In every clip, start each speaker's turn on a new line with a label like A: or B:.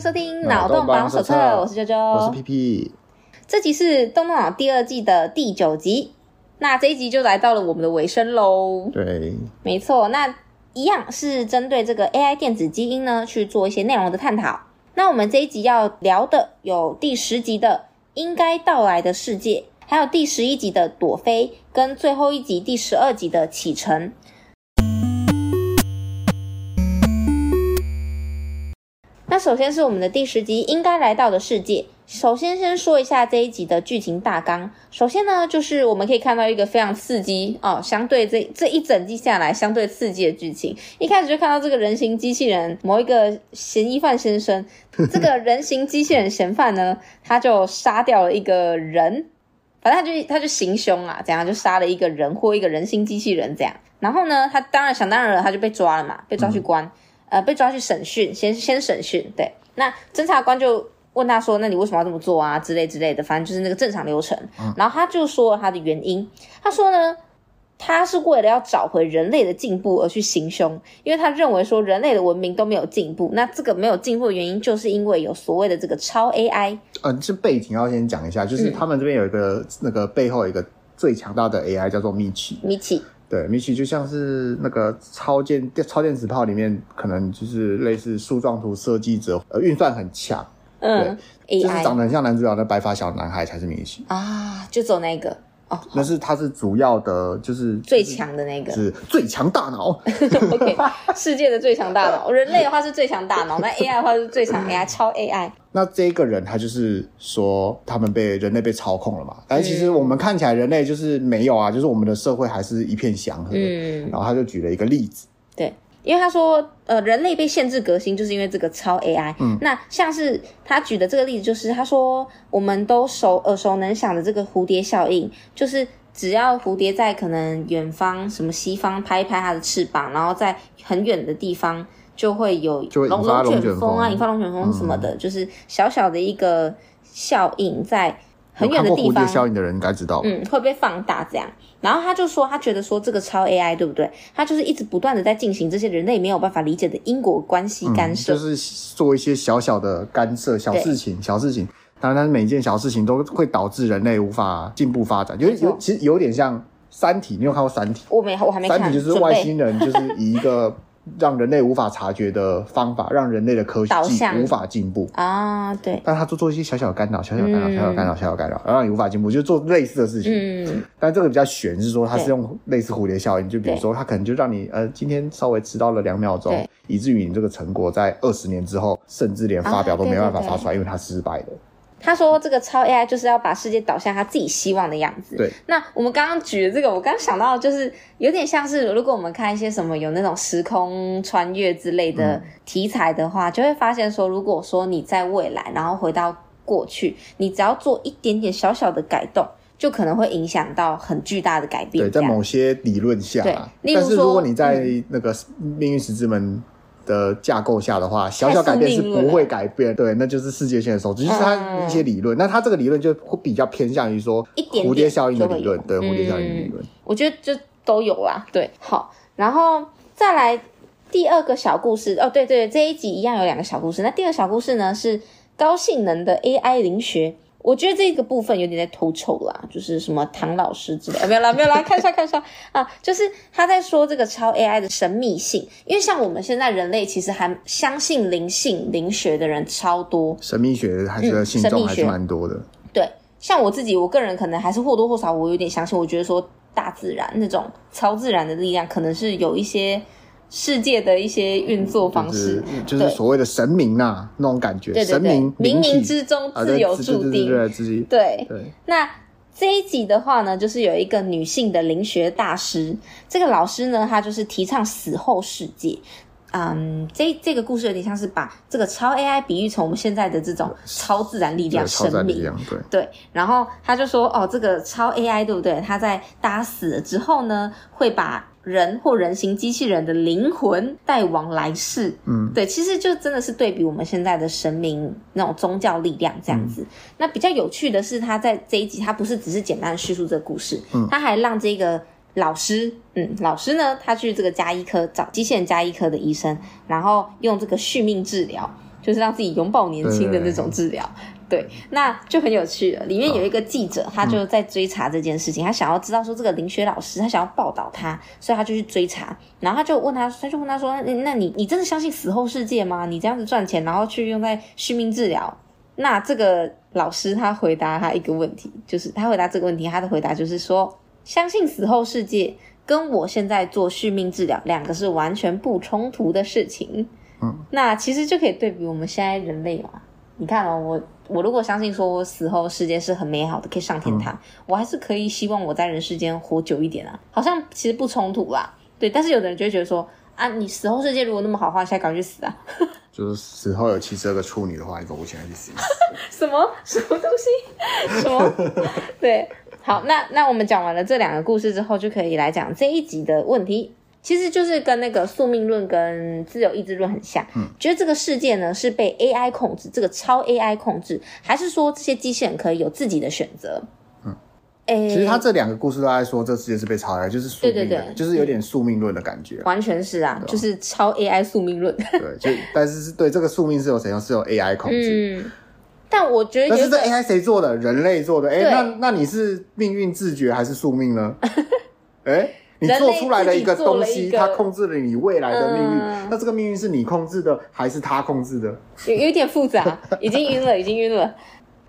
A: 收听《脑
B: 脑
A: 洞
B: 洞
A: 榜
B: 榜
A: 手
B: 手
A: 册
B: 册》，
A: 我是啾
B: 我是
A: 啾。
B: P E， P，
A: 这集是《动动脑》第二季的第九集，那这一集就来到了我们的尾声喽。
B: 对，
A: 没错，那一样是针对这个 AI 电子基因呢去做一些内容的探讨。那我们这一集要聊的有第十集的“应该到来的世界”，还有第十一集的“朵菲”，跟最后一集第十二集的“启程”。那首先是我们的第十集应该来到的世界。首先，先说一下这一集的剧情大纲。首先呢，就是我们可以看到一个非常刺激哦，相对这这一整季下来相对刺激的剧情。一开始就看到这个人形机器人某一个嫌疑犯先生，这个人形机器人嫌犯呢，他就杀掉了一个人，反正他就他就行凶啊，怎样就杀了一个人或一个人形机器人这样。然后呢，他当然想当然了，他就被抓了嘛，被抓去关。呃被抓去审讯，先先审讯。对，那侦查官就问他说：“那你为什么要这么做啊？”之类之类的，反正就是那个正常流程。
B: 嗯
A: 然后他就说了他的原因，他说呢。他是为了要找回人类的进步而去行凶，因为他认为说人类的文明都没有进步，那这个没有进步的原因就是因为有所谓的这个超 AI，
B: 呃，这背景要先讲一下，就是
A: 嗯
B: 他们这边有一个、那个背后有一个最强大的 AI 叫做 Michi，
A: 米奇，
B: 对，Michi 就像是那个超电超电磁炮里面可能就是类似树状图设计者，呃，运算很强，
A: 嗯
B: 就是长
A: ，AI
B: 得很像男主角的白发小男孩才是 Michi，
A: 啊，就走那个哦，
B: 那是他是主要的，就是
A: 最强的那个，
B: 是最强大脑，
A: OK，世界的最强大脑，人类的话是最强大脑，那 AI 的话是最强 AI，超 AI。
B: 那这个人他就是说，他们被人类被操控了嘛？但其实我们看起来人类就是没有啊，就是我们的社会还是一片祥和。
A: 嗯，
B: 然后他就举了一个例子，
A: 对，因为他说，呃，人类被限制革新，就是因为这个超 AI。
B: 嗯
A: 那像是他举的这个例子，就是他说，我们都熟耳熟能详的这个蝴蝶效应，就是。只要蝴蝶在可能远方什么西方拍一拍它的翅膀，然后在很远的地方就会有
B: 就会引发
A: 龙
B: 龙卷
A: 卷风啊，
B: 风嗯
A: 引发龙卷风什么的，就是小小的一个效应在很远的
B: 有
A: 地
B: 看过蝴
A: 方
B: 蝶效应的人应该知道吧，
A: 嗯，会被放大这样。然后他就说，他觉得说这个超 AI 对不对？他就是一直不断的在进行这些人类没有办法理解的因果关系干涉。
B: 嗯就是做一些小小的干涉、小事情、小事情。当然，但是每一件小事情都会导致人类无法进步发展，有
A: 没错
B: 有其实有点像《三体》，你有看过《三体》？
A: 我没，我还没
B: 三
A: 看，
B: 体就是
A: 准
B: 外
A: 备
B: 星人，就是以一个让人类无法察觉的方法，让人类的 科
A: 导
B: 学技
A: 向
B: 无法进步。
A: 啊，对，
B: 但他做做一些小小的干扰，小小干扰，
A: 嗯
B: 小小干扰，小小干扰，然后让你无法进步，就是做类似的事情。
A: 嗯，
B: 但这个比较悬，是说它
A: 对
B: 是用类似蝴蝶效应，就比如说它可能就让你呃今天稍微迟到了两秒钟
A: 对，
B: 以至于你这个成果在二十年之后，甚至连发表都
A: 啊对
B: 没办法
A: 对对
B: 发出来，因为它失败了。
A: 他说这个超 AI 就是要把世界导向他自己希望的样子。
B: 对，
A: 那我们刚刚举的这个，我刚想到就是有点像是，如果我们看一些什么有那种时空穿越之类
B: 嗯
A: 的题材的话，就会发现说，如果说你在未来，然后回到过去，你只要做一点点小小的改动，就可能会影响到很巨大的改变。
B: 对，在
A: 这样
B: 某些理论下啊，
A: 对例如
B: 但是如
A: 说嗯
B: 果你在那个命运石之门的架构下的话，小小改变是不会改变，对，那就是世界线的收支，就是它一些理论。那它这个理论就会比较偏向于说
A: 嗯一点点
B: 蝴蝶效应的理论，
A: 就
B: 对，
A: 会有嗯
B: 蝴蝶效应的理论。
A: 我觉得就都有啦。对，好，然后再来第二个小故事哦，对对，这一集一样有两个小故事。那第二个小故事呢是高性能的 AI 灵学。我觉得这个部分有点在偷臭啦，就是什么唐老师之类，啊没有啦，没有啦，看一下看一下啊，就是他在说这个超 AI 的神秘性，因为像我们现在人类其实还相信灵性灵学的人超多，
B: 神秘学还是
A: 嗯
B: 信
A: 神秘
B: 众还是
A: 学
B: 蛮多的，
A: 对，像我自己，我个人可能还是或多或少，我有点相信。我觉得说大自然那种超自然的力量，可能是有一些世界的一些运作方式。嗯
B: 就是就
A: 对
B: 是所谓的神明呐那种感觉，
A: 对对
B: 神
A: 对
B: 明，
A: 冥
B: 灵体
A: 冥之中
B: 啊
A: 自
B: 对
A: 有
B: 对
A: 注
B: 对
A: 定。
B: 对对自己
A: 对，
B: 对，
A: 那这一集的话呢，就是有一个女性的灵学大师，这个老师呢，她就是提倡死后世界。嗯，这这个故事有点像是把这个超 AI 比喻成我们现在的这种超自然力量、
B: 呃对超
A: 神
B: 赞力
A: 明。
B: 量，对，
A: 对，然后他就说，哦，这个超 AI 对不对？他在大家死了之后呢，会把人或人形机器人的灵魂带往来世。
B: 嗯，
A: 对，其实就真的是对比我们现在的神明那种宗教力量这样子。那比较有趣的是，他在这一集他不是只是简单地叙述这个故事，
B: 嗯
A: 他还让这个老师，嗯，老师呢，他去这个加医科找机械人加医科的医生，然后用这个续命治疗。就是让自己永葆年轻的那种治疗。对，那就很有趣了。里面有一个记者，他就在追查这件事情，他想要知道说这个林雪老师，他想要报道他，所以他就去追查。然后他就问他，他就问他说：“嗯那你你真的相信死后世界吗？你这样子赚钱，然后去用在续命治疗？”那这个老师他回答他一个问题，就是他回答这个问题，他的回答就是说：“相信死后世界跟我现在做续命治疗两个是完全不冲突的事情。”
B: 嗯，
A: 那其实就可以对比我们现在人类嘛。你看哦，我我如果相信说我死后世界是很美好的，可以上天堂，我还是可以希望我在人世间活久一点啊，好像其实不冲突啦。对，但是有的人就会觉得说啊，你死后世界如果那么好的话，现在赶快去死啊！
B: 就是死后有七十二个处女的话，你走不起来去死。
A: 什么什么东 西？什么？对，好，那那我们讲完了这两个故事之后，就可以来讲这一集的问题。其实就是跟那个宿命论跟自由意志论很像，
B: 嗯，
A: 觉得这个世界呢是被 AI 控制，这个超 AI 控制，还是说这些机器人可以有自己的选择？
B: 嗯，
A: 诶、
B: 其实他这两个故事都在说，这世界是被超越，就是宿命
A: 对
B: 论，
A: 对对
B: 就是有点宿命论的感觉啊。
A: 完全是啊，
B: 对啊
A: 就是超 AI 宿命论，
B: 对，就但是是对这个宿命是由谁用？是由 AI 控制。
A: 嗯， 但我觉得
B: 但
A: 有
B: 是这
A: 点
B: AI 谁做的？人类做的。哎、
A: 对
B: 那那你是命运自觉还是宿 命呢？哎、你
A: 人类
B: 做出来的一个
A: 自己做了
B: 东
A: 一
B: 西，
A: 个
B: 它控制了你未来的命运。
A: 嗯
B: 那这个命运是你控制的，还是他控制的？
A: 有有点复杂，已经晕了，已经晕了。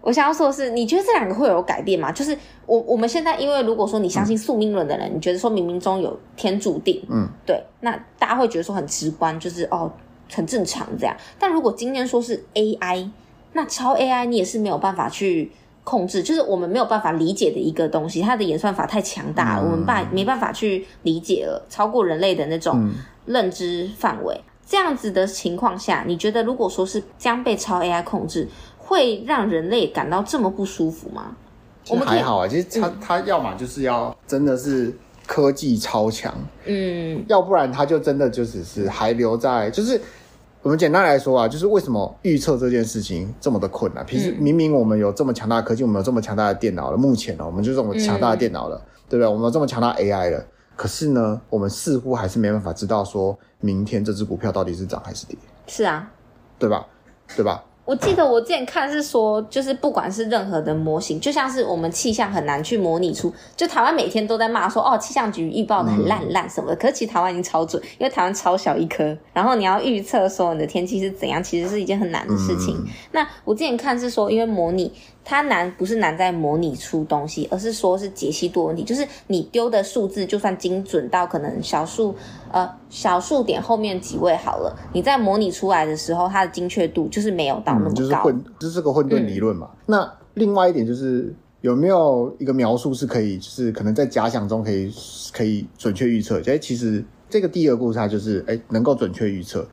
A: 我想要说的是，你觉得这两个会有改变吗？就是我我们现在，因为如果说你相信宿命论的人，你觉得说冥冥中有天注定，
B: 嗯，
A: 对，那大家会觉得说很直观，就是哦很正常这样。但如果今天说是 AI，那超 AI 你也是没有办法去控制，就是我们没有办法理解的一个东西，它的演算法太强大了，
B: 嗯
A: 我们办没办法去理解了，超过人类的那种
B: 嗯
A: 认知范围。这样子的情况下，你觉得如果说是将被超 AI 控制，会让人类感到这么不舒服吗？
B: 其
A: 我
B: 实
A: 们可以嗯
B: 还好啊。其实他、他要么就是要真的是科技超强，
A: 嗯，
B: 要不然他就真的就只是还留在就是。我们简单来说啊，就是为什么预测这件事情这么的困难？平时
A: 嗯
B: 明明我们有这么强大的科技，我们有这么强大的电脑了，目前呢、我们就这么强大的电
A: 嗯
B: 脑了，对不对？我们有这么强大的 AI 了，可是呢，我们似乎还是没办法知道说明天这只股票到底是涨还是跌，
A: 是啊，
B: 对吧？对吧？
A: 我记得我之前看是说，就是不管是任何的模型，就像是我们气象很难去模拟出，就台湾每天都在骂说哦气象局预报的很
B: 嗯
A: 烂很烂什么的，可是其实台湾已经超准，因为台湾超小一颗，然后你要预测说你的天气是怎样，其实是一件很难
B: 嗯
A: 的事情。那我之前看是说，因为模拟它难不是难在模拟出东西，而是说是解析度的问题，就是你丢的数字就算精准到可能小数呃小数点后面几位好了，你在模拟出来的时候，它的精确度就是没有到那么高。嗯
B: 嗯，就是混，就是个混沌理论嘛。那另外一点就是有没有一个描述是可以，就是可能在假想中可以可以准确预测？哎、其实这个第一个故事它就是哎、能够准确预测。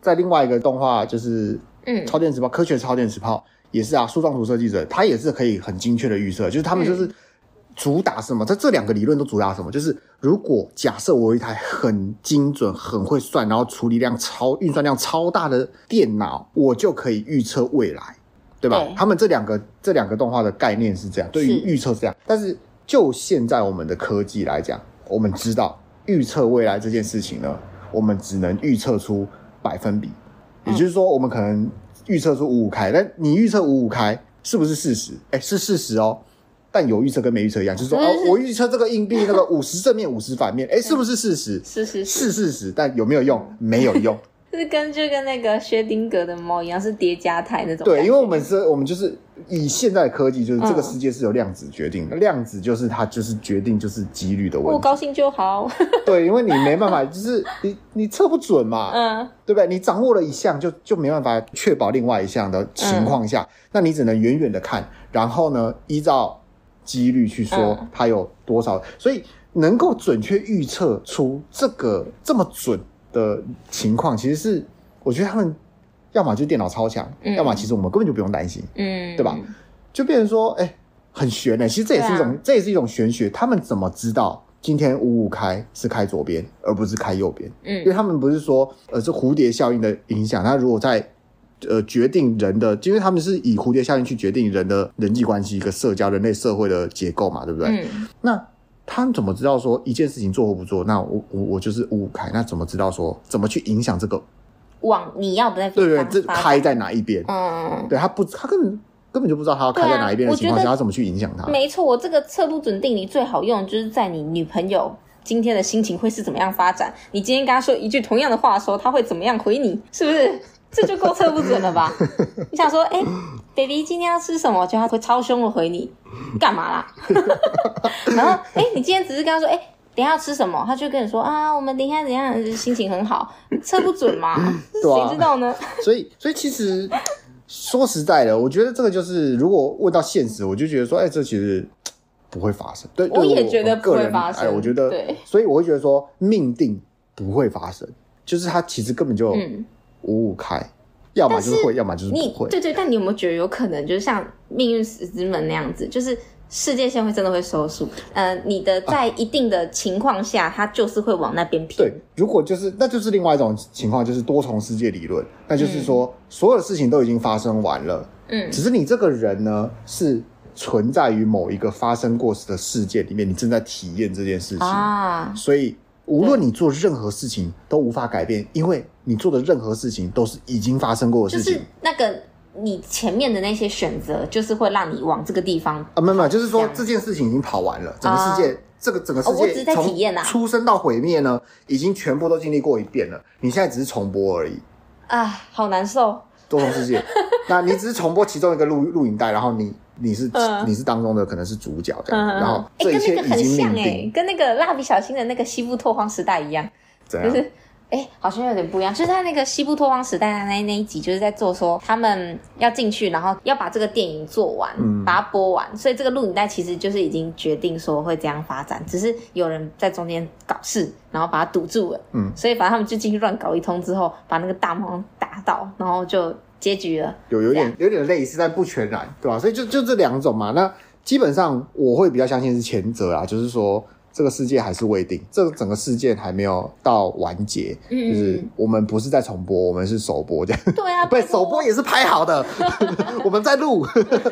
B: 在另外一个动画就是
A: 嗯
B: 超电磁炮，科学超电磁炮也是啊，树状图设计者他也是可以很精确的预测，就是他们就是
A: 嗯
B: 主打什么？在这两个理论都主打什么？就是如果假设我有一台很精准、很会算，然后处理量超、运算量超大的电脑，我就可以预测未来，对吧？
A: 对
B: 他们这两个这两个动画的概念是这样，对于
A: 是
B: 预测是这样。但是就现在我们的科技来讲，我们知道预测未来这件事情呢，我们只能预测出百分比，也就是说，我们可能预测出五五开，但你预测五五开是不是事实？哎、是事实哦。但有预测跟没预测一样，就是说，
A: 嗯
B: 哦
A: 是，
B: 我预测这个硬币那个五十正面五十反面，哎、是不是事实？
A: 是是是，
B: 是事实，但有没有用？没有用。
A: 嗯就是跟就跟那个薛丁格的猫一样，是叠加态那种感觉。
B: 对，因为我们是，我们就是以现在的科技，就是这个
A: 嗯
B: 世界是由量子决定的，量子就是它就是决定就是几率的
A: 我
B: 问题。
A: 高兴就好。
B: 对，因为你没办法，就是你你测不准嘛。
A: 嗯，
B: 对不对？你掌握了一项，就就没办法确保另外一项的情况下，
A: 嗯
B: 那你只能远远的看，然后呢，依照几率去说
A: 嗯
B: 它有多少，所以能够准确预测出这个这么准的情况，其实是我觉得他们要么就电脑超强，
A: 嗯
B: 要么其实我们根本就不用担心，
A: 嗯，
B: 对吧？就变成说，哎、很玄呢、其实这也是一种，
A: 对啊
B: 这也是一种玄学。他们怎么知道今天五五开是开左边，而不是开右边？因为
A: 嗯
B: 他们不是说，呃，这蝴蝶效应的影响，它如果在呃决定人的，因为他们是以蝴蝶效应去决定人的人际关系、一个社交、人类社会的结构嘛，对不对？
A: 嗯，
B: 那他们怎么知道说一件事情做或不做？那我我我就是五五开，那怎么知道说怎么去影响这个
A: 往你要的那
B: 对不对？
A: 方
B: 这
A: 发展
B: 开在哪一边？
A: 嗯，
B: 对他不，他根本根本就不知道他要开在哪一边的
A: 对啊
B: 情
A: 我
B: 况
A: 觉
B: 下，
A: 得
B: 他怎么去影响他？
A: 没错，我这个测不准定理最好用，就是在你女朋友今天的心情会是怎么样发展。你今天跟她说一句同样的话的时候，她会怎么样回你？是不 是？这就够测不准了吧？你想说，哎、b a b y 今天要吃什么？就她会超凶的回你，干嘛 啦？然后，哎、你今天只是跟她说，哎、等一下要吃什么？她就跟你说啊，我们等一下怎样，心情很好，测不准嘛，
B: 对
A: 谁
B: 啊
A: 知道呢？
B: 所以，所以其实说实在的，我觉得这个就是，如果问到现实，我就觉得说，哎、这其实不会发生。对，对
A: 我也觉得不
B: 个
A: 会
B: 人
A: 发生
B: 哎，我觉得，
A: 对
B: 所以我会觉得说，命定不会发生，就是它其实根本就
A: 嗯。
B: 五五开，要么就是会，要么就是不
A: 你
B: 会。
A: 对对，但你有没有觉得有可能，就是像命运石之门那样子，就是世界线会真的会收束？呃，你的
B: 啊
A: 在一定的情况下，它就是会往那边偏
B: 对。，如果就是那就是另外一种情况，就是多重世界理论，那就是说、所有的事情都已经发生完了，
A: 嗯
B: 只是你这个人呢是存在于某一个发生过的事件里面，你正在体验这件事情，
A: 啊，
B: 所以无论你做任何事情都无法改变，因为你做的任何事情都是已经发生过的
A: 就
B: 事情。
A: 是那个你前面的那些选择，就是会让你往这个地方。
B: 啊，没有没有，就是说
A: 想
B: 这件事情已经跑完了，整个世界，这个整个世
A: 哦我只是
B: 界
A: 在
B: 从
A: 体验啊
B: 出生到毁灭呢，已经全部都经历过一遍了。你现在只是重播而已，
A: 啊，好难受。
B: 多重世 界。那你只是重播其中一个录录影带，然后你你是、
A: 嗯
B: 你是当中的可能是主角这样
A: 嗯，
B: 子，然后
A: 哎、
B: 这一
A: 跟那
B: 切
A: 个
B: 已
A: 很
B: 经
A: 像
B: 命
A: 哎、
B: 定，
A: 跟那个蜡笔小新的那个西部拓荒时代一样。
B: 怎
A: 就
B: 样？
A: 是哎、好像有点不一样。就是在那个西部拓荒时代的那那一集，就是在做说他们要进去，然后要把这个电影做完，
B: 嗯
A: 把它播完。所以这个录影带其实就是已经决定说会这样发展，只是有人在中间搞事，然后把它堵住了。
B: 嗯
A: 所以反正他们就进去乱搞一通之后，把那个大魔王打倒，然后就结局了。
B: 有有
A: 这
B: 点
A: 样
B: 有点类似，但不全然，对吧？所以就就这两种嘛。那基本上我会比较相信是前者啊，就是说这个世界还是未定，这个整个事件还没有到完结，
A: 嗯
B: 就是我们不是在重播，我们是首播这样。
A: 对啊，
B: 不
A: 拜
B: 是，首播也是拍好的， 我们在录，
A: 正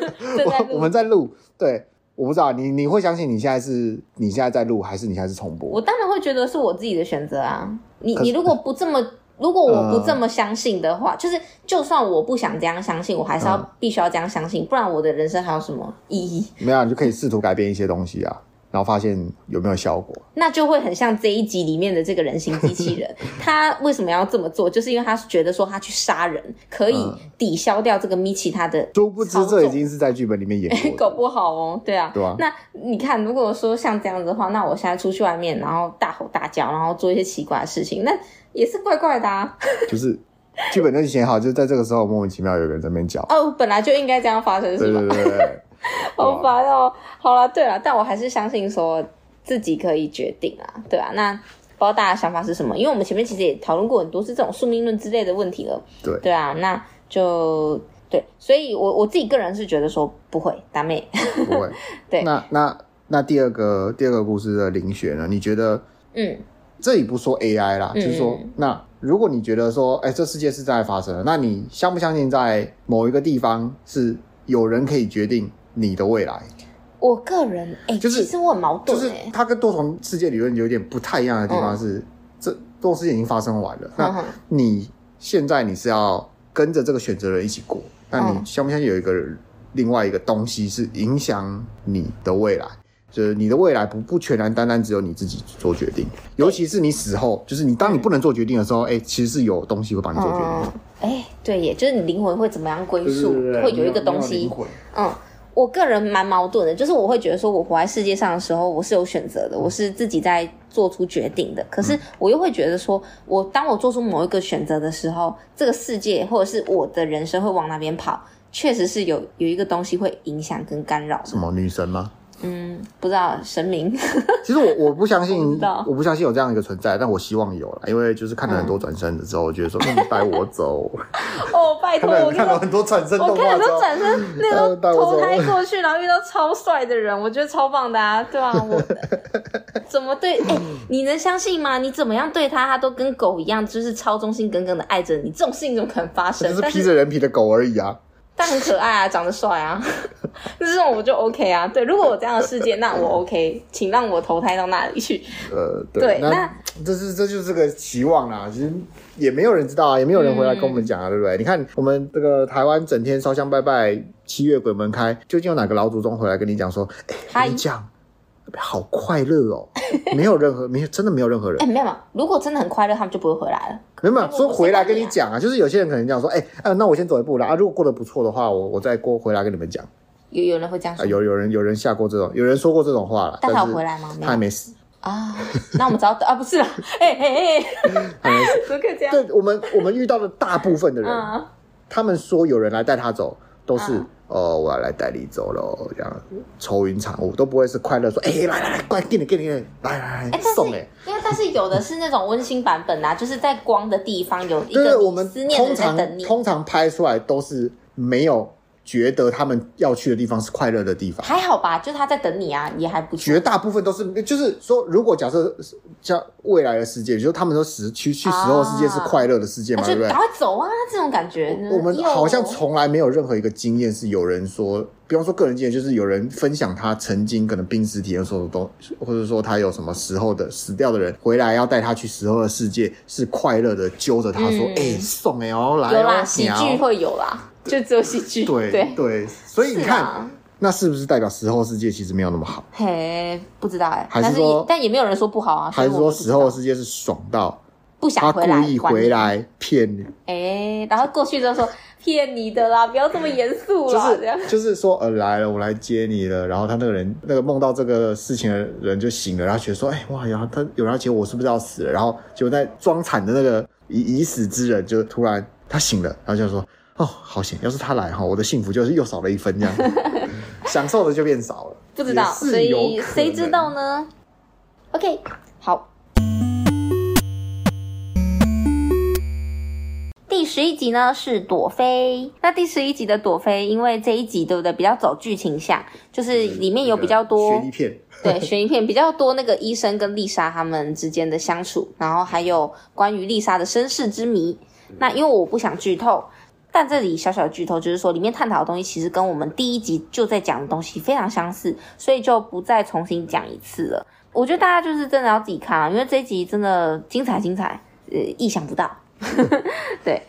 A: 在
B: 我
A: 录
B: 我们在录。对，我不知道你你会相信你现在是你现在在录，还是你现在是重播？
A: 我当然会觉得是我自己的选择啊。你
B: 可是呃
A: 你如果不这么，如果我不这么相信的话，就是就算我不想这样相信，我还是要、
B: 嗯
A: 必须要这样相信，不然我的人生还有什么意义？
B: 没有、啊，你就可以试图改变一些东西啊，然后发现有没有效果。
A: 那就会很像这一集里面的这个人形机器 人，他为什么要这么做？就是因为他觉得说他去杀人可以
B: 嗯
A: 抵消掉这个米奇他的
B: 殊不知
A: 操纵
B: 这已经是在剧本里面演过
A: 搞
B: 的。
A: 不好哦，对啊，
B: 对啊
A: 那你看，如果说像这样子的话，那我现在出去外面，然后大吼大叫，然后做一些奇怪的事情，那也是怪怪的啊。
B: 就是剧本都写好，就在这个时候莫名其妙有个人在那边叫，
A: 哦，本来就应该这样发生，
B: 对
A: 是吧
B: 对？对对对，啊
A: 好烦哦。好了，对了，但我还是相信说自己可以决定啊，对啊，那不知道大家想法是什么？因为我们前面其实也讨论过很多是这种宿命论之类的问题了。
B: 对
A: 对啊，那就对，所以我我自己个人是觉得说不会，达妹。
B: 不会。
A: 对
B: 那那那第二个第二个故事的灵学呢？你觉得
A: 嗯，
B: 这里不说 AI 啦，
A: 嗯
B: 就是说，那如果你觉得说，哎、这世界是在发生的，那你相不相信在某一个地方是有人可以决定你的未来？
A: 我个人哎、
B: 就是
A: 其实我很矛
B: 就
A: 盾
B: 是
A: 哎、
B: 它跟多重世界理论有点不太一样的地方是，这多重世界已经发生完了，
A: 嗯哼
B: 那你现在你是要跟着这个选择人一起过，那你
A: 嗯
B: 相不相信有一个另外一个东西是影响你的未来？就是你的未来不不全然单单只有你自己做决定，尤其是你死后，就是你当你不能做决定的时候，哎、其实是有东西会帮你做决定，
A: 嗯，哎、对耶，就是你灵魂会怎么样归
B: 就是
A: 宿，会有一个东西，嗯，我个人蛮矛盾的，就是我会觉得说，我活在世界上的时候，我是有选择的，我是自己在做出决定的。可是我又会觉得说，我当我做出某一个选择的时候，这个世界或者是我的人生会往哪边跑，确实是有有一个东西会影响跟干扰。
B: 什么女神吗？
A: 嗯，不知道神明，
B: 其实我我不相
A: 我不
B: 信
A: 知道，
B: 我不相信有这样一个存在，但我希望有了，因为就是看了很多转身的之后，我觉得说，嗯，带我走，
A: 哦，拜托，
B: 看
A: 我
B: 了
A: 跟
B: 看
A: 你
B: 了
A: 说。
B: 很多转身
A: 我
B: 动
A: 看
B: 画
A: 很
B: 之
A: 多
B: 后，
A: 转身， 那个
B: 带
A: 都
B: 我
A: 投
B: 走
A: 胎过去，然后遇到超帅的人，我觉得超棒的啊，对啊， 我怎么对？哎、你能相信吗？你怎么样对他，他都跟狗一样，就是超忠心耿耿的爱着你，这种事情怎么可能发
B: 这
A: 生
B: 就？是
A: 但
B: 披
A: 是，
B: 着人皮的狗而已啊，
A: 但很可爱啊，长得帅啊，那这种我就 OK 啊。对，如果我这样的世界，那我 OK，请让我投胎到那里去。
B: 呃，
A: 对
B: 那
A: 那
B: 这是这就是个期望啦，其实也没有人知道啊，也没有人回来跟我们
A: 嗯
B: 讲啊，对不对？你看我们这个台湾整天烧香拜拜，七月鬼门开，究竟有哪个老祖宗回来跟你讲说，哎、
A: 嗨
B: 我跟你讲，好快乐哦，没有任何，没有，真的没有任何人
A: 哎、，没有嘛，如果真的很快乐，他们就不会回来了。
B: 没有没有
A: 我
B: 说回来跟你
A: 我
B: 讲啊，就是有些人可能讲说，哎、啊，那我先走一步了啊，如果过得不错的话，我我再过回来跟你们讲
A: 有有人会这样
B: 啊，
A: 说，
B: 有有人有人下过这种，有人说过这种话了，
A: 但他
B: 但
A: 有
B: 是
A: 回来吗？没
B: 他还
A: 有
B: 没死，
A: 啊。那我们只要啊，不 是啦，哎哎哎，
B: 还没死。
A: 怎么可 以这样？
B: 对我们我们遇到的大部分的人，
A: 嗯，
B: 他们说有人来带他走，都是、
A: 嗯
B: 哦，我要来带你走喽，这样愁云惨雾，都不会是快乐说，哎、来来来，快给你给你，给你来来来
A: 哎，但是
B: 送哎、
A: 因为但是有的是那种温馨版 本啊，就是在光的地方有一
B: 对对，
A: 个
B: 我
A: 你
B: 们
A: 思念的
B: 通
A: 人在
B: 常
A: 等你。
B: 通常拍出来都是没有觉得他们要去的地方是快乐的地方。
A: 还好吧，就是他在等你啊，也还不错。
B: 绝大部分都是，就是说，如果假设像未来的世界，比如说他们说死去去死后的世界是
A: 啊
B: 快乐的世界嘛，
A: 啊
B: 对
A: 就
B: 不对
A: 赶？快走啊，这种感觉。
B: 我们
A: 哟
B: 好像从来没有任何一个经验是有人说，比方说个人经验，就是有人分享他曾经可能濒死体验所有的东，或者说他有什么时候的死掉的人回来要带他去死后的世界，是快乐的揪着他说：“哎、
A: 嗯
B: 送哎、哦，来
A: 有
B: 哦
A: 啦，，喜
B: 你
A: 剧
B: 哦
A: 会有啦，就只有喜剧。
B: 对
A: 对，
B: 对，所以你
A: 是
B: 看，
A: 啊
B: 那是不是代表死后世界其实没有那么好，
A: 嘿，不知道哎，
B: 还是
A: 但是
B: 说
A: 也但也没有人说不好啊，
B: 还
A: 所以
B: 是
A: 我
B: 说
A: 不知
B: 死后
A: 道
B: 世界是爽到
A: 不
B: 他
A: 想
B: 故
A: 回来，
B: 意
A: 管
B: 回
A: 你
B: 来骗你？
A: 哎，然后过去 就说骗你的啦，不要这么严肃
B: 就
A: 啦，这样
B: 是就是说，呃，来了，我来接你了。然后他那个人，那个梦到这个事情的人就醒了，然后觉得说，哎，哇，然后他有人要接我，是不是要死了？然后结果在装惨的那个已已死之人，就突然他醒了，然后就说，哦，好险，要是他来哈，我的幸福就是又少了一分，这样享受的就变少了。
A: 不知道，
B: 也是
A: 所以
B: 有可能
A: 谁知道？呢？OK，好。第十一集呢是朵菲，那第十一集的朵菲，因为这一集对不对比较走剧情向，就是里面有比较多
B: 嗯那个悬疑片，
A: 对，悬疑片比较多那个医生跟丽莎他们之间的相处，然后还有关于丽莎的身世之谜。那因为我不想剧透，但这里小小剧透就是说，里面探讨的东西其实跟我们第一集就在讲的东西非常相似，所以就不再重新讲一次了。我觉得大家就是真的要自己看啊，因为这一集真的精彩精彩，呃，意想不到。 对。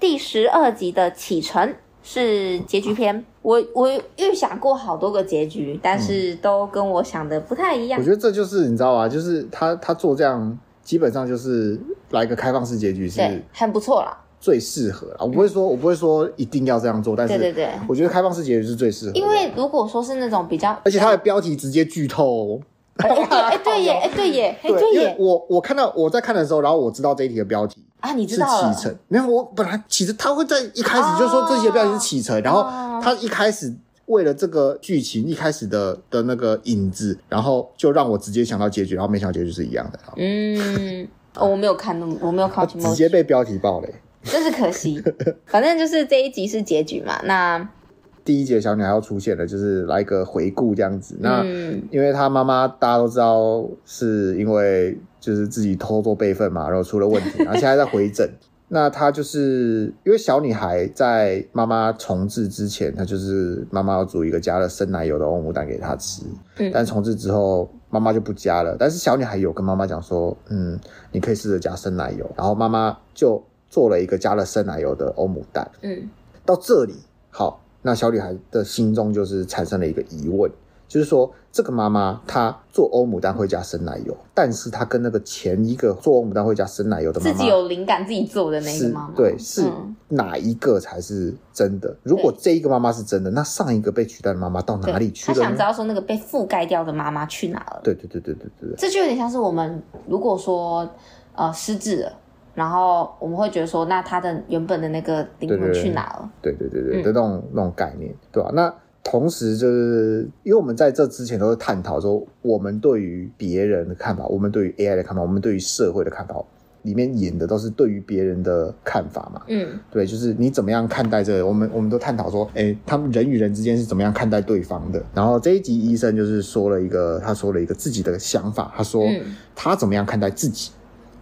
A: 第十二集的启程是结局篇，我我预想过好多个结局，但是都跟我想的不太一样
B: 嗯我。觉得这就是你知道吧，就是他他做这样，基本上就是来一个开放式结局是
A: 对，很不错啦。
B: 最适合啦。我不会说，我不会说一定要这样做，但是
A: 嗯对对对
B: 我觉得开放式结局是最适合的，
A: 因为如果说是那种比 较，
B: 而且它的标题直接剧透、哦。
A: 哎哎对哎对耶哎对耶哎对
B: 因为
A: 耶
B: 我我看到我在看的时候，然后我知道这一题的标题
A: 啊，你
B: 是
A: 知道了哦
B: 启程，没有我本来其实他会在一开始就说这题的标题是启程，然后他一开始为了这个剧情一开始的的那个影子，然后就让我直接想到结局，然后没想到结局是一样的，然后
A: 嗯，哦我没有看那么，我没有看到
B: 直接被标题爆雷。
A: 真是可 惜。反正就是这一集是结局嘛，那
B: 第一节小女孩要出现了，就是来一个回顾这样子。那、
A: 嗯
B: 因为她妈妈大家都知道是因为就是自己偷做备份嘛，然后出了问题，然后现在在回诊。那她就是因为小女孩在妈妈重置之前，她就是妈妈要煮一个加了生奶油的欧姆蛋给她吃。
A: 嗯
B: 但重置之后，妈妈就不加了。但是小女孩有跟妈妈讲说，嗯，你可以试着加生奶油。然后妈妈就做了一个加了生奶油的欧姆蛋。
A: 嗯
B: 到这里，好，那小女孩的心中就是产生了一个疑问，就是说这个妈妈她做欧姆蛋会加生奶油，但是她跟那个前一个做欧姆蛋会加生奶油的妈
A: 自
B: 妈
A: 己有灵感自己做的那个
B: 是
A: 妈妈，
B: 对，是
A: 嗯
B: 哪一个才是真的？如果这一个妈妈是真的，那上一个被取代的妈妈到
A: 对
B: 哪里去
A: 他
B: 了
A: 想知
B: 呢？
A: 道说那个被覆盖掉的妈妈去哪了。
B: 对对对对对对对，
A: 这就有点像是我们如果说呃失智了，然后我们会觉得说，那他的原本的那个灵
B: 对对
A: 魂
B: 对
A: 去哪了？
B: 对对对对
A: 嗯
B: 的那种那种概念，对吧、那同时就是因为我们在这之前都是探讨说，我们对于别人的看法，我们对于 AI 的看法，我们对于社会的看法，里面演的都是对于别人的看法嘛。
A: 嗯，
B: 对，就是你怎么样看待这个？我们我们都探讨说，哎，他们人与人之间是怎么样看待对方的？然后这一集医生就是说了一个，他说了一个自己的想法，他说
A: 嗯
B: 他怎么样看待自己，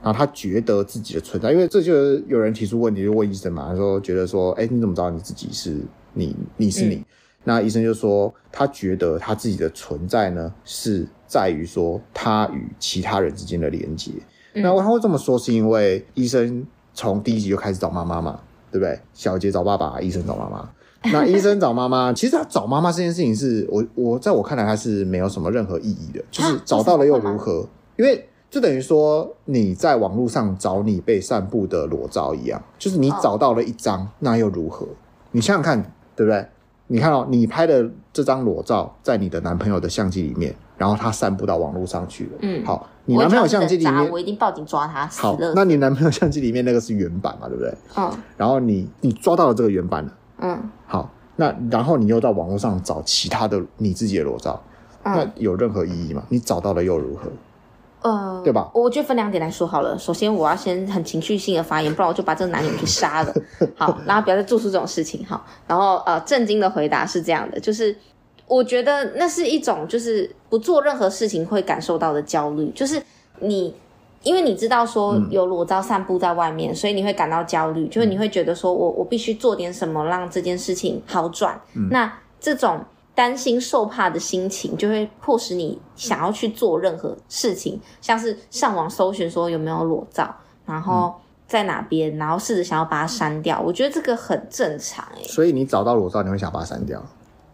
B: 然后他觉得自己的存在，因为这就是有人提出问题就问医生嘛，他说觉得说，哎，你怎么知道你自己是你，你是你？那医生就说，他觉得他自己的存在呢，是在于说他与其他人之间的连接。
A: 嗯
B: 那他会这么说，是因为医生从第一集就开始找妈妈嘛，对不对？小杰找爸爸，医生找妈妈。那医生找妈 妈，其实他找妈妈这件事情是我我在我看来，他是没有什么任何意义的，就是
A: 啊
B: 找到了又
A: 为什么
B: 如何？因为就等于说你在网络上找你被散布的裸照一样，就是你
A: 哦
B: 找到了一张，那又如何？你想想看，对不对？你看哦，你拍的这张裸照在你的男朋友的相机里面，然后他散布到网络上去了。
A: 嗯
B: 好，你男朋友相机里
A: 我一定要去整
B: 面
A: 砸，我一定报警抓他，死
B: 好
A: 了，。
B: 那你男朋友相机里面那个是原版嘛，对不对？
A: 嗯
B: 然后你你抓到了这个原版了，
A: 嗯
B: 好，那然后你又到网络上找其他的你自己的裸照，
A: 嗯，
B: 那有任何意义吗？你找到了又如何？
A: 呃，
B: 对吧
A: 我觉得分两点来说好了。首先，我要先很情绪性的发言，不然我就把这个男友给杀了。好，然后不要再做出这种事情。好，然后呃，震惊的回答是这样的，就是我觉得那是一种就是不做任何事情会感受到的焦虑，就是你。因为你知道说有裸照散布在外面，所以你会感到焦虑，就是你会觉得说我我必须做点什么让这件事情好转。那这种担心受怕的心情，就会迫使你想要去做任何事情，像是上网搜寻说有没有裸照，然后在哪边，然后试着想要把它删掉。我觉得这个很正常、欸，
B: 所以你找到裸照，你会想把它删掉，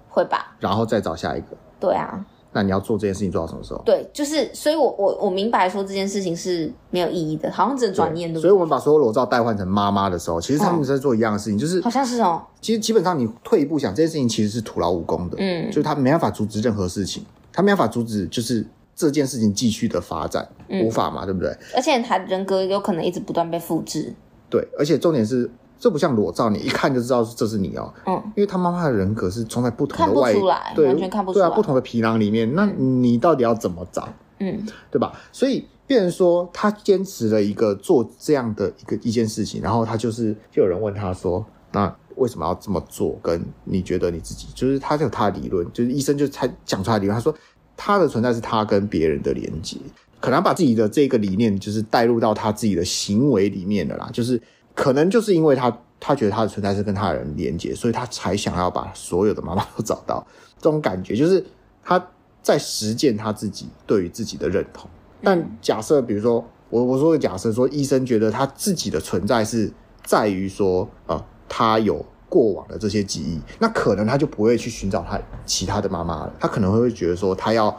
A: 会吧？
B: 然后再找下一个。
A: 对啊，
B: 那你要做这件事情做到什么时候？
A: 对，就是，哦嗯所以我我我明白说这件事情是没有意义的，好像只能转念，对不
B: 所
A: 对？
B: 以我们把所有裸照代换成妈妈的时候，其实他们在做一样的事情，就是
A: 好像是哦，
B: 其实基本上你退一步想，这件事情其实是徒劳无功的，
A: 嗯
B: 就是他没办法阻止任何事情，他没办法阻止就是这件事情继续的发展，
A: 嗯
B: 无法嘛，对不对？
A: 而且他人格有可能一直不断被复制，嗯
B: 对，而且重点是，这不像裸照，你一看就知道这是你哦、
A: 嗯，
B: 因为他妈妈的人格是装在不同
A: 看
B: 的
A: 不
B: 外，
A: 出来
B: 对，
A: 完全看不出
B: 对啊，
A: 来
B: 不同的皮囊里面，那你到底要怎么找？
A: 嗯
B: 对吧？所以变成说他坚持了一个做这样的一个一件事情，然后他就是就有人问他说，那为什么要这么做？跟你觉得你自己就是他就有他的理论，就是医生就才讲出来的理论，他说他的存在是他跟别人的连接，可能他把自己的这个理念就是带入到他自己的行为里面了啦，就是可能就是因为他。他觉得他的存在是跟他的人连接，所以他才想要把所有的妈妈都找到。这种感觉就是他在实践他自己对于自己的认同。但假设，比如说我我说的假设说，医生觉得他自己的存在是在于说，呃，他有过往的这些记忆，那可能他就不会去寻找他其他的妈妈了，他可能会觉得说，他要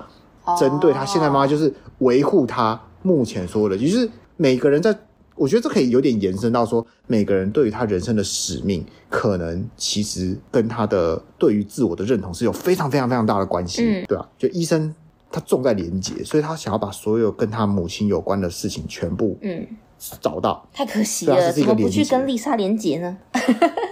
A: 嗯
B: 针对他现在妈妈，就是维护他目前所有的，就是每个人在。我觉得这可以有点延伸到说，每个人对于他人生的使命，可能其实跟他的对于自我的认同是有非常非常非常大的关系，
A: 嗯
B: 对啊，就医生他重在连接，所以他想要把所有跟他母亲有关的事情全部
A: 嗯，
B: 找到，
A: 太可惜
B: 对啊
A: 了，
B: 这是
A: 怎
B: 一个
A: 么不
B: 连
A: 去
B: 结
A: 跟丽莎连结呢？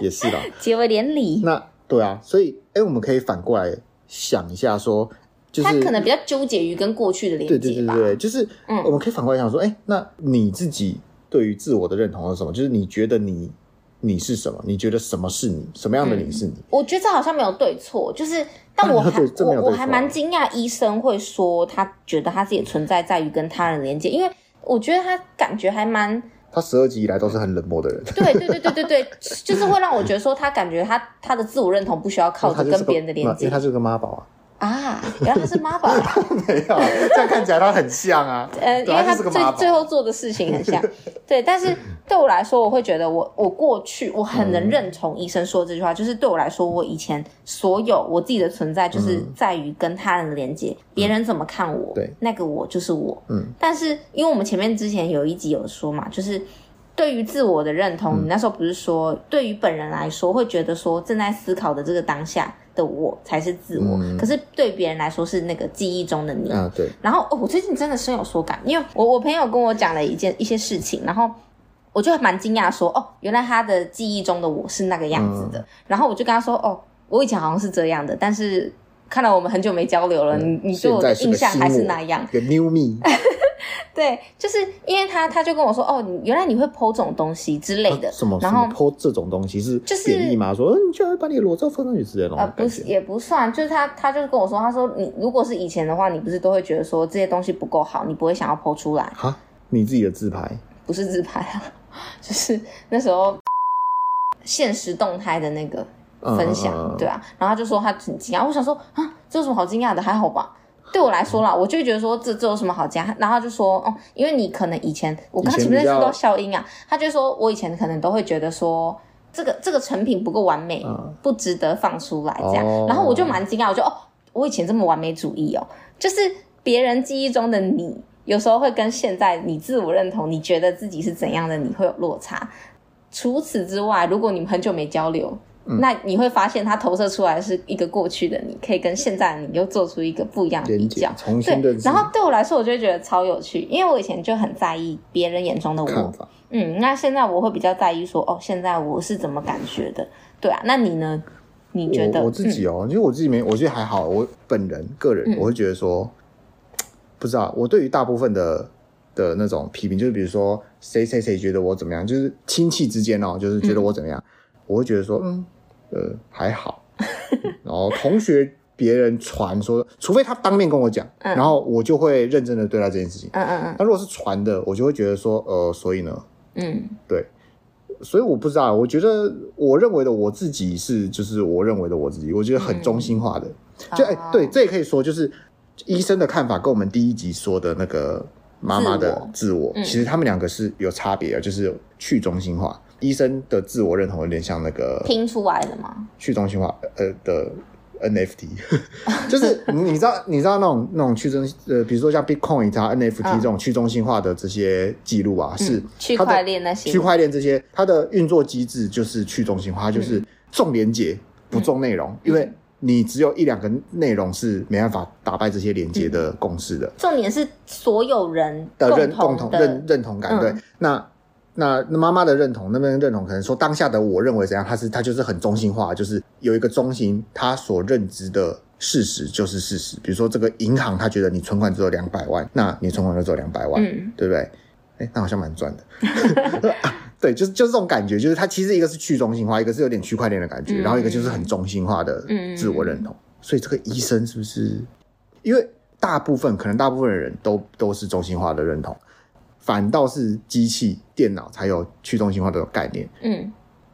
B: 也是啦。
A: 结为连理，
B: 那对啊，所以哎、诶我们可以反过来想一下说，就是
A: 他可能比较纠结于跟过去的连
B: 对对
A: 接
B: 对
A: 吧。
B: 对，对就是
A: 嗯
B: 我们可以反过来想说，哎、那你自己对于自我的认同是什么？就是你觉得你你是什么？你觉得什么是你？什么样的你是你？
A: 我觉得这好像没有对错，就是，但我
B: 没有
A: 还
B: 对这没有
A: 我我
B: 对
A: 还
B: 错啊
A: 蛮惊讶，医生会说他觉得他自己的存在在于跟他人连接，因为我觉得他感觉还蛮，
B: 他十二集以来都是很冷漠的人，
A: 对对对对对对，就是会让我觉得说他感觉他他的自我认同不需要靠
B: 他
A: 着
B: 就是
A: 跟
B: 个
A: 别人的连
B: 因为
A: 接
B: 他是个妈宝 啊，
A: 啊，原来他是妈 宝啊，
B: 没有，这样看起来他很像啊，
A: 呃，因
B: 对
A: 为
B: 啊
A: 他
B: 就是个妈
A: 最
B: 宝
A: 最后做的事情很像，对，但是对我来说，我会觉得我我过去我很能认同医生说的这句话，就是对我来说，我以前所有我自己的存在，就是在于跟他人的连接，别人怎么看我，
B: 嗯对
A: 那个我就是我，
B: 嗯，
A: 但是因为我们前面之前有一集有说嘛，就是。对于自我的认同，
B: 嗯
A: 你那时候不是说，对于本人来说，会觉得说正在思考的这个当下的我才是自我，
B: 嗯
A: 可是对别人来说是那个记忆中的你。
B: 啊，对，
A: 然后、哦、我最近真的深有所感，因为我我朋友跟我讲了一件一些事情，然后我就蛮惊讶说，哦，原来他的记忆中的我是那个样子
B: 嗯
A: 的。然后我就跟他说，哦，我以前好像是这样的，但是看来我们很久没交流了，你你对
B: 嗯现
A: 我的
B: 在是
A: 印
B: 个
A: 象
B: 新
A: 还是
B: 我
A: 那样。
B: 个 new me，
A: 对，就是因为他他就跟我说，哦，你原来你会剖这种东西之类的，
B: 什么什
A: 然后
B: 么泼这种东西是
A: 就是
B: 贬义吗？说嗯你居然会把你的裸照放上去之类的那
A: 呃，
B: 种
A: 不
B: 感
A: 是
B: 觉，
A: 也不算，就是他他就是跟我说，他说你如果是以前的话，你不是都会觉得说这些东西不够好，你不会想要剖出来。
B: 哈，你自己的自拍，
A: 不是自拍啊， 就是那时候 现实动态的那个分享，
B: 嗯嗯嗯嗯
A: 对啊，然后他就说他很惊讶，我想说啊，这有什么好惊讶的？还好吧。对我来说啦，我就会觉得说这这有什么好惊讶？然后他就说哦、因为你可能以前我刚
B: 以前
A: 前面
B: 比
A: 在
B: 较
A: 说到效应啊，他就说我以前可能都会觉得说这个这个成品不够完美，
B: 嗯
A: 不值得放出来这样。
B: 哦
A: 然后我就蛮惊讶，我就哦，我以前这么完美主义哦，就是别人记忆中的你，有时候会跟现在你自我认同，你觉得自己是怎样的你会有落差。除此之外，如果你们很久没交流，
B: 嗯
A: 那你会发现它投射出来是一个过去的你，可以跟现在的你又做出一个不一样的比
B: 连接
A: 较。
B: 重
A: 对
B: 新认，识
A: 然后对我来说，我就会觉得超有趣，因为我以前就很在意别人眼中的我
B: 看，法。
A: 嗯，那现在我会比较在意说，哦，现在我是怎么感觉的？对啊，那你呢？你觉得
B: 我我自己哦，因为我自己没，我觉得还好。我本人个人，
A: 嗯
B: 我会觉得说，不知道，我对于大部分的的那种批评，就是比如说谁谁谁觉得我怎么样，就是亲戚之间哦，就是觉
A: 嗯
B: 得我怎么样，我会觉得说，嗯，呃，还好。然后同学别人传说，除非他当面跟我讲，
A: 嗯
B: 然后我就会认真的对待这件事情。
A: 嗯嗯
B: 那如果是传的，我就会觉得说，呃，所以呢，
A: 嗯
B: 所以我不知道，我觉得我认为的我自己是，就是我认为的我自己，我觉得很中心化的。
A: 嗯，
B: 就哎、
A: 哦
B: 对，这也可以说，就是医生的看法跟我们第一集说的那个妈妈的自我，
A: 嗯
B: 其实他们两个是有差别的，就是去中心化。医生的自我认同有点像那个
A: 拼出来的嘛，
B: 去中心化呃的 NFT，就是 你你知道你知道那种那种去中呃，比如说像 Bitcoin 它 NFT
A: 嗯
B: 这种去中心化的这些记录啊，是
A: 嗯区
B: 它的
A: 块链那些
B: 区块链这些，它的运作机制就是去中心化，它就是
A: 嗯
B: 重连接不重内容，因为你只有一两个内容是没办法打败这些连接
A: 嗯
B: 的共识的、
A: 重点是所有人
B: 的认
A: 共
B: 共
A: 同
B: 同
A: 的
B: 认认同感。
A: 嗯
B: 对，那那那妈妈的认同，那边认同可能说当下的我认为怎样，他是他就是很中心化，就是有一个中心，他所认知的。事实就是事实，比如说这个银行，他觉得你存款只有两百万，那你存款就只有两百万，
A: 嗯
B: 对不对？哎，那好像蛮赚的。 啊对，就是就是这种感觉，就是它其实一个是去中心化，一个是有点区块链的感觉，
A: 嗯
B: 然后一个就是很中心化的
A: 嗯
B: 自我认同。所以这个医生是不是？因为大部分可能大部分的人都都是中心化的认同，反倒是机器、电脑才有去中心化的概念。
A: 嗯，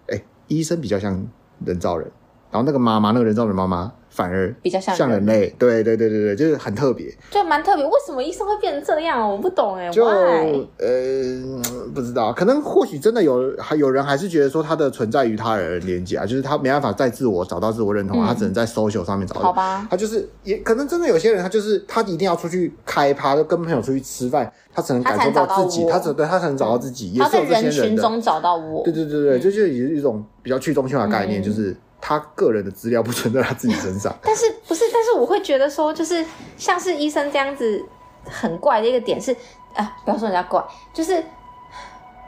B: 哎，医生比较像人造人，然后那个妈妈，那个人造人妈妈反而
A: 比较像
B: 像人
A: 人
B: 类。对对对对对，就是很特别。
A: 就蛮特别。为什么医生会变成这样？我不懂哎
B: 就
A: ，why？
B: 呃不知道，可能或许真的有还有人还是觉得说他的存在于他人的连接啊，就是他没办法在自我找到自我认同，
A: 嗯
B: 啊他只能在 social 上面找
A: 好
B: 到。
A: 吧，
B: 他就是也可能真的有些人，他就是他一定要出去开趴，就跟朋友出去吃饭，他才能
A: 他才
B: 感受
A: 能找到
B: 自己，
A: 我嗯
B: 他只对他才能找到自己，也
A: 他
B: 是
A: 在
B: 有这些
A: 人群
B: 的。
A: 中找到我
B: 对，对对对，这就是有一种比较去中心化的概念，
A: 嗯
B: 就是他个人的资料不存在他自己身上。
A: 但是不是？但是我会觉得说，就是像是医生这样子很怪的一个点是，啊，不要说人家怪，就是呃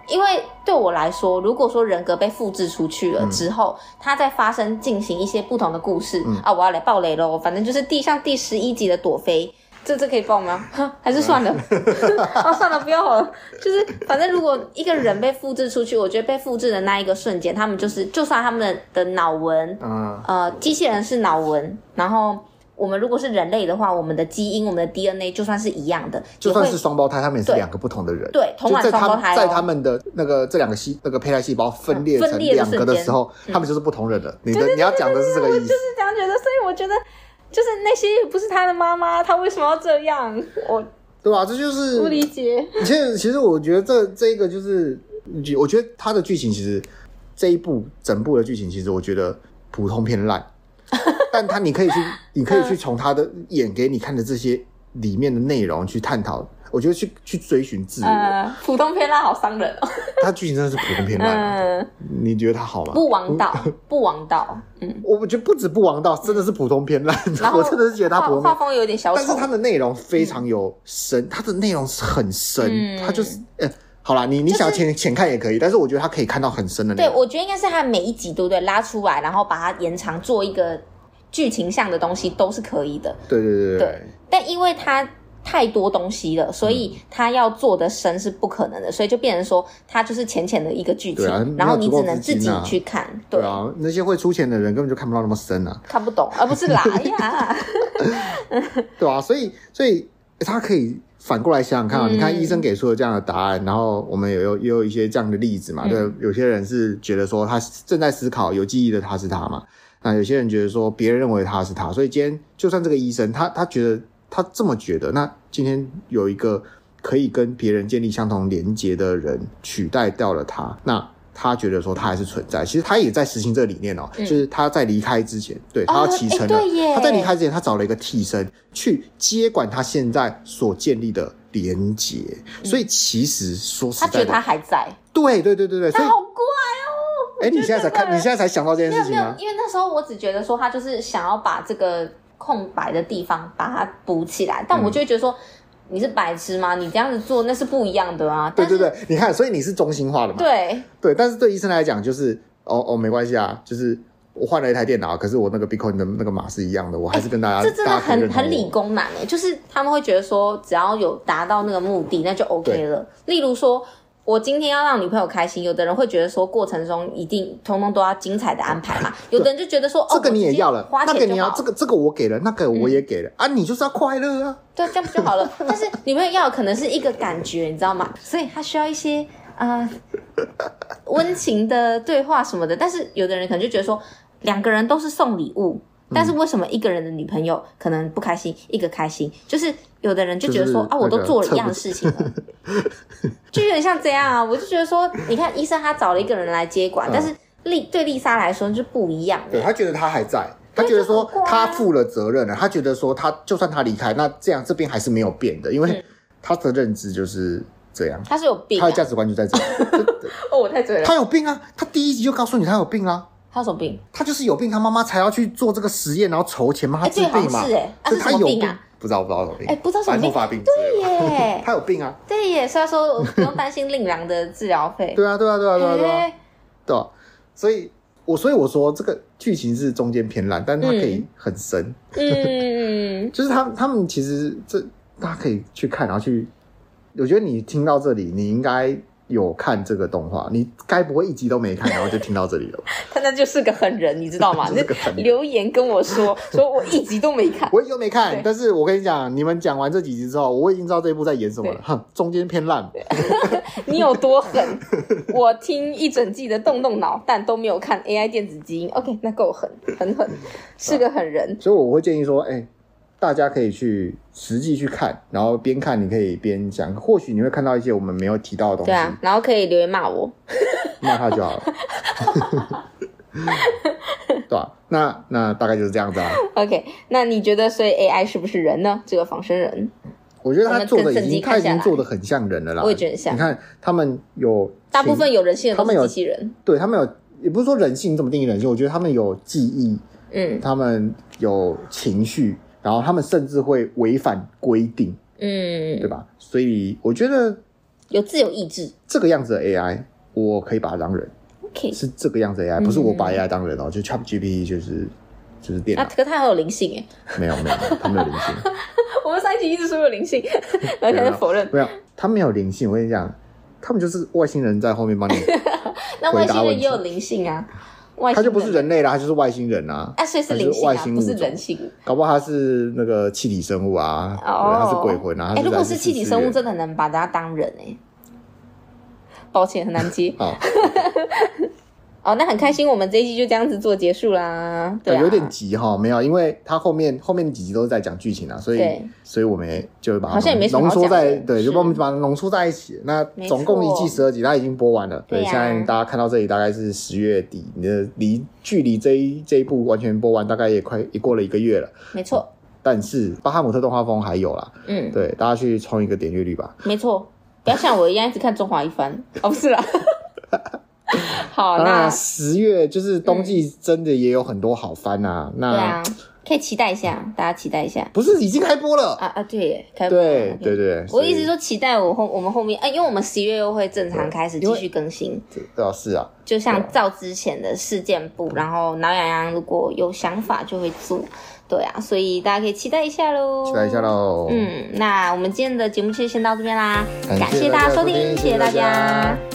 A: 因为对我来说，如果说人格被复制出去了之后，它在发生进行一些不同的故事、啊，我要来爆雷喽。反正就是第像第十一集的朵菲，这这可以爆吗？ 哼还是算了， 哦算了，不要好了。就是反正如果一个人被复制出去，我觉得被复制的那一个瞬间，他们就是就算他们的脑纹
B: 啊、
A: 呃，机器人是脑纹，然后我们如果是人类的话，我们的基因、我们的 DNA 就算是一样的，
B: 就
A: 也会
B: 算是双胞胎，他们也是
A: 对
B: 两个不同的人。
A: 对同
B: 就
A: 卵
B: 在
A: 双
B: 他
A: 胞
B: 们
A: 胎、哦嗯
B: 在他们的那个这两个细那个胚胎细胞分裂
A: 分
B: 成
A: 裂的嗯
B: 两个的时候，他们就是不同人了。你的你要讲的是这
A: 我
B: 个意
A: 就
B: 思
A: 是。这样觉得，所以我觉得就是那些也不是他的妈妈，他为什么要这样？我
B: 对吧？这就是
A: 不理解。
B: 其实其实我觉得这这一个就是，我觉得它的剧情其实这一部整部的剧情其实我觉得普通 偏烂，但它你可以去你
A: 嗯
B: 可以去从它的演给你看的这些里面的内容去探讨，我觉得去去追寻自我。
A: 呃，普通偏烂好伤人哦。
B: 它剧情真的是普通偏烂，
A: 嗯，
B: 你觉得它好吗？
A: 不王道，不王道。嗯，
B: 我我觉得不止不王道，真的是普 通偏烂
A: 然。后
B: 我真的是觉得他普
A: 画
B: 通
A: 画
B: 偏，
A: 风有点小丑，
B: 但是它的内容非常有深，它的内容是很深
A: 嗯，
B: 它就是呃，好啦，你你
A: 就是
B: 想浅浅看也可以，但是我觉得它可以看到很深的内
A: 对，
B: 容。
A: 我觉得应该是它每一集对不对拉出来，然后把它延长做一个剧情上的东西都是可以的。
B: 对对对
A: 对，但因为它太多东西了，所以
B: 嗯
A: 它要做的深是不可能的，所以就变成说它就是浅浅的一个剧情，
B: 对啊
A: 然后你
B: 没
A: 只
B: 有足够
A: 能自
B: 资
A: 己
B: 金啊
A: 去看，对，
B: 对啊，那些会出钱的人根本就看不到那么深啊，
A: 看不 懂，而、不是啦哎呀，
B: 对啊，所以所以它可以反过来想想看啊，
A: 嗯
B: 你看医生给出了这样的答案，然后我们也有也有一些这样的例子嘛，
A: 嗯
B: 对，有些人是觉得说他正在思考，有记忆的他是他嘛，那有些人觉得说别人认为他是他，所以今天就算这个医生他他觉得他这么觉得，那今天有一个可以跟别人建立相同连结的人取代掉了他，那。他觉得说他还是存在，其实他也在实行这个理念哦、
A: 嗯
B: 就是他在离开之前，对他要
A: 哦
B: 启程
A: 诶
B: 了，
A: 对耶
B: 他在离开之前，他找了一个替身去接管他现在所建立的连结，所以其实说实
A: 他觉
B: 在
A: 得他
B: 的，
A: 还在，
B: 对对对对对，所
A: 他
B: 以
A: 好怪哦。
B: 哎、你
A: 我觉得
B: 现在才看，你现在才想到这件
A: 没有
B: 事
A: 没
B: 情
A: 有
B: 吗，？
A: 因为那时候我只觉得说他就是想要把这个空白的地方把它补起来，但我
B: 嗯
A: 就会觉得说、你是白痴吗？你这样子做那是不一样的啊。
B: 对对
A: 但
B: 对，你看，所以你是中心化的嘛？
A: 是
B: 对，但是对医生来讲，就是哦哦，没关系啊，就是我换了一台电脑，可是我那个 Bitcoin 的那个码是一样的，我还是跟大家，
A: 哎对，这真的
B: 啊大家可以
A: 很
B: 认同
A: 很
B: 我
A: 理工男哎、就是他们会觉得说只要有达到那个目的，那就 OK
B: 对
A: 了。例如说。我今天要让女朋友开心，有的人会觉得说过程中一定通通都要精彩的安排 嘛，有的人就觉得说哦，
B: 这个你
A: 我
B: 也
A: 直接
B: 要了，
A: 花
B: 那
A: 钱
B: 个
A: 就
B: 你要
A: 好嗯
B: 这个这个我给了，那个我也给了、啊，你就是要快乐啊，
A: 对，这样不就好了。 但是女朋友要的可能是一个感觉，你知道吗？所以她需要一些呃温情的对话什么的。但是有的人可能就觉得说，两个人都是送礼物，
B: 嗯
A: 但是为什么一个人的女朋友可能不开心，一个开心？就是有的人就觉得说、
B: 就是
A: 啊，我
B: 那
A: 都
B: 个
A: 做了
B: 测
A: 一样
B: 不
A: 的事情 了，就有点像这样啊。我就觉得说，你看医生他找了一个人来接管，
B: 嗯
A: 但是丽对丽莎来说就不一样的
B: 对。他觉得他还在，他觉得说
A: 啊
B: 他负了责任了，他觉得说他就算他离开，那这样这边还是没有变的，因为他的认知就是这样，
A: 他是有嗯病、
B: 他
A: 啊
B: 的，价值观就在 这里。
A: 哦，我太醉了。
B: 他有病啊！他第一集就告诉你他有病啊，
A: 他有什么病？
B: 他就是有病，他妈妈才要去做这个实验，然后筹钱帮他
A: 哎
B: 治
A: 对
B: 病嘛
A: 好像是哎。啊
B: 所以
A: 是
B: 他
A: 什么
B: 有
A: 病
B: 病
A: 啊，
B: 不知道不知道什么病，
A: 哎不知道什么
B: 白头
A: 病
B: 发病之
A: 对
B: 类的吧。
A: 耶，
B: 他有病啊！
A: 对耶，虽然说我不用担心令郎的治疗费，
B: 对啊，对啊， 对啊，对啊，对啊，
A: 哎
B: 对啊。所以，我所以我说这个剧情是中间偏烂，但它可以很深。
A: 嗯，
B: 就是他他们其实这大家可以去看，然后去，我觉得你听到这里，你应该有看这个动画，你该不会一集都没看，然后就听到这里 了吧？
A: 他那就是个狠人，你知道吗？
B: 就
A: 那
B: 是个狠人
A: 留言跟我说，说我一集都没看，
B: 我也就没看
A: 对，
B: 但是我跟你讲，你们讲完这几集之后，我已经知道这一部在演什么了。哼，中间偏烂，
A: 你有多狠？我听一整季的动动脑，但都没有看 AI 电子基因。OK，那够狠，很
B: 嗯
A: 狠，是个狠人。
B: 所以我会建议说，哎、大家可以去实际去看，然后边看你可以边讲，或许你会看到一些我们没有提到的东西，
A: 对啊，然后可以留言骂我。
B: 骂他就好 了， 对吧、那那大概就是这样子啊。
A: OK，那你觉得所以 AI 是不是人呢？这个仿生人，
B: 我觉得他做的
A: 我们整整
B: 已
A: 集
B: 经他
A: 看
B: 已
A: 下
B: 经
A: 来
B: 做的很像人了啦。
A: 我也觉得很像
B: 你看他们有
A: 大部分有人性的
B: 他
A: 都
B: 们
A: 是
B: 有
A: 机器人。
B: 对他们有，也不是说人性这么定义人性，我觉得他们有记忆，
A: 嗯
B: 他们有情绪，然后他们甚至会违反规定，对
A: 嗯，
B: 吧？所以我觉得
A: 有自由意志。
B: 这个样子的 AI，我可以把它当人，
A: OK，
B: 是这个样子的 AI，
A: 嗯
B: 不是我把 AI 当人哦，就 ChatGPT 就是就是电
A: 那
B: 脑，
A: 啊可它还有灵性哎。
B: 没有没有，它没有灵性。
A: 我们上一集一直说有灵 性，然后现在否认。
B: 没有，他没有灵性。我跟你讲，他们就是外星人在后面帮 你，
A: 那外星人也有灵性啊，外星
B: 他就不是人类啦，他就是外星人啊。
A: 啊，所以是灵性
B: 他
A: 啊，
B: 是外星
A: 不
B: 物种
A: 是人性。
B: 搞不好他是那个气体生物啊，
A: 哦
B: 对，他是鬼魂啊。
A: 哎、
B: 他
A: 如果
B: 来
A: 是
B: 自
A: 气体生物，
B: 四次。
A: 真的能把大家当人哎、抱歉，很难接
B: 元啊，
A: 哦，那很开心，我们这一季就这样子做结束啦。 对、啊，
B: 嗯哎有点急哈，没有，因为他后面后面几集都是在讲剧情啊，所以
A: 对
B: 所以我们也就把它
A: 好像也没什么
B: 浓
A: 好
B: 缩
A: 讲的
B: 在对，
A: 是
B: 就把我们把它浓缩在一起。那
A: 没
B: 总共一
A: 错
B: 季十二集，它已经播完了。
A: 对
B: 对，
A: 呀
B: 现在大家看到这里大概是十月底，你的离距离这一这一部完全播完，大概也快也过了一个月了。
A: 没错，
B: 但是巴哈姆特动画风还有啦，
A: 嗯，
B: 哦对，大家去冲一个点阅率吧。
A: 没错，不要像我一样一直看《中华一番》哦，不是 啦。好，那嗯
B: 那呃十月就是冬季，真的也有很多好番啊。
A: 对
B: 那、
A: 啊，可以期待一下，大家期待一下。
B: 不是已经开播了？
A: 啊啊，对耶，开播了
B: 对
A: OK
B: 对对，
A: 嗯我
B: 所以
A: 一直都期待我后我们后面，哎、因为我们十一月又会正常开始
B: 对因
A: 继
B: 为
A: 续更新，
B: 对啊，是啊，
A: 就像照之前的事件部，然后挠痒痒如果有想法就会做，对啊，所以大家可以期待一下嗯喽，
B: 期待一下。喽。，
A: 嗯，那我们今天的节目就先到这边啦，
B: 感
A: 谢
B: 谢
A: 大家
B: 大家
A: 收
B: 收
A: 听，谢谢
B: 听谢谢
A: 大
B: 大
A: 家
B: 家。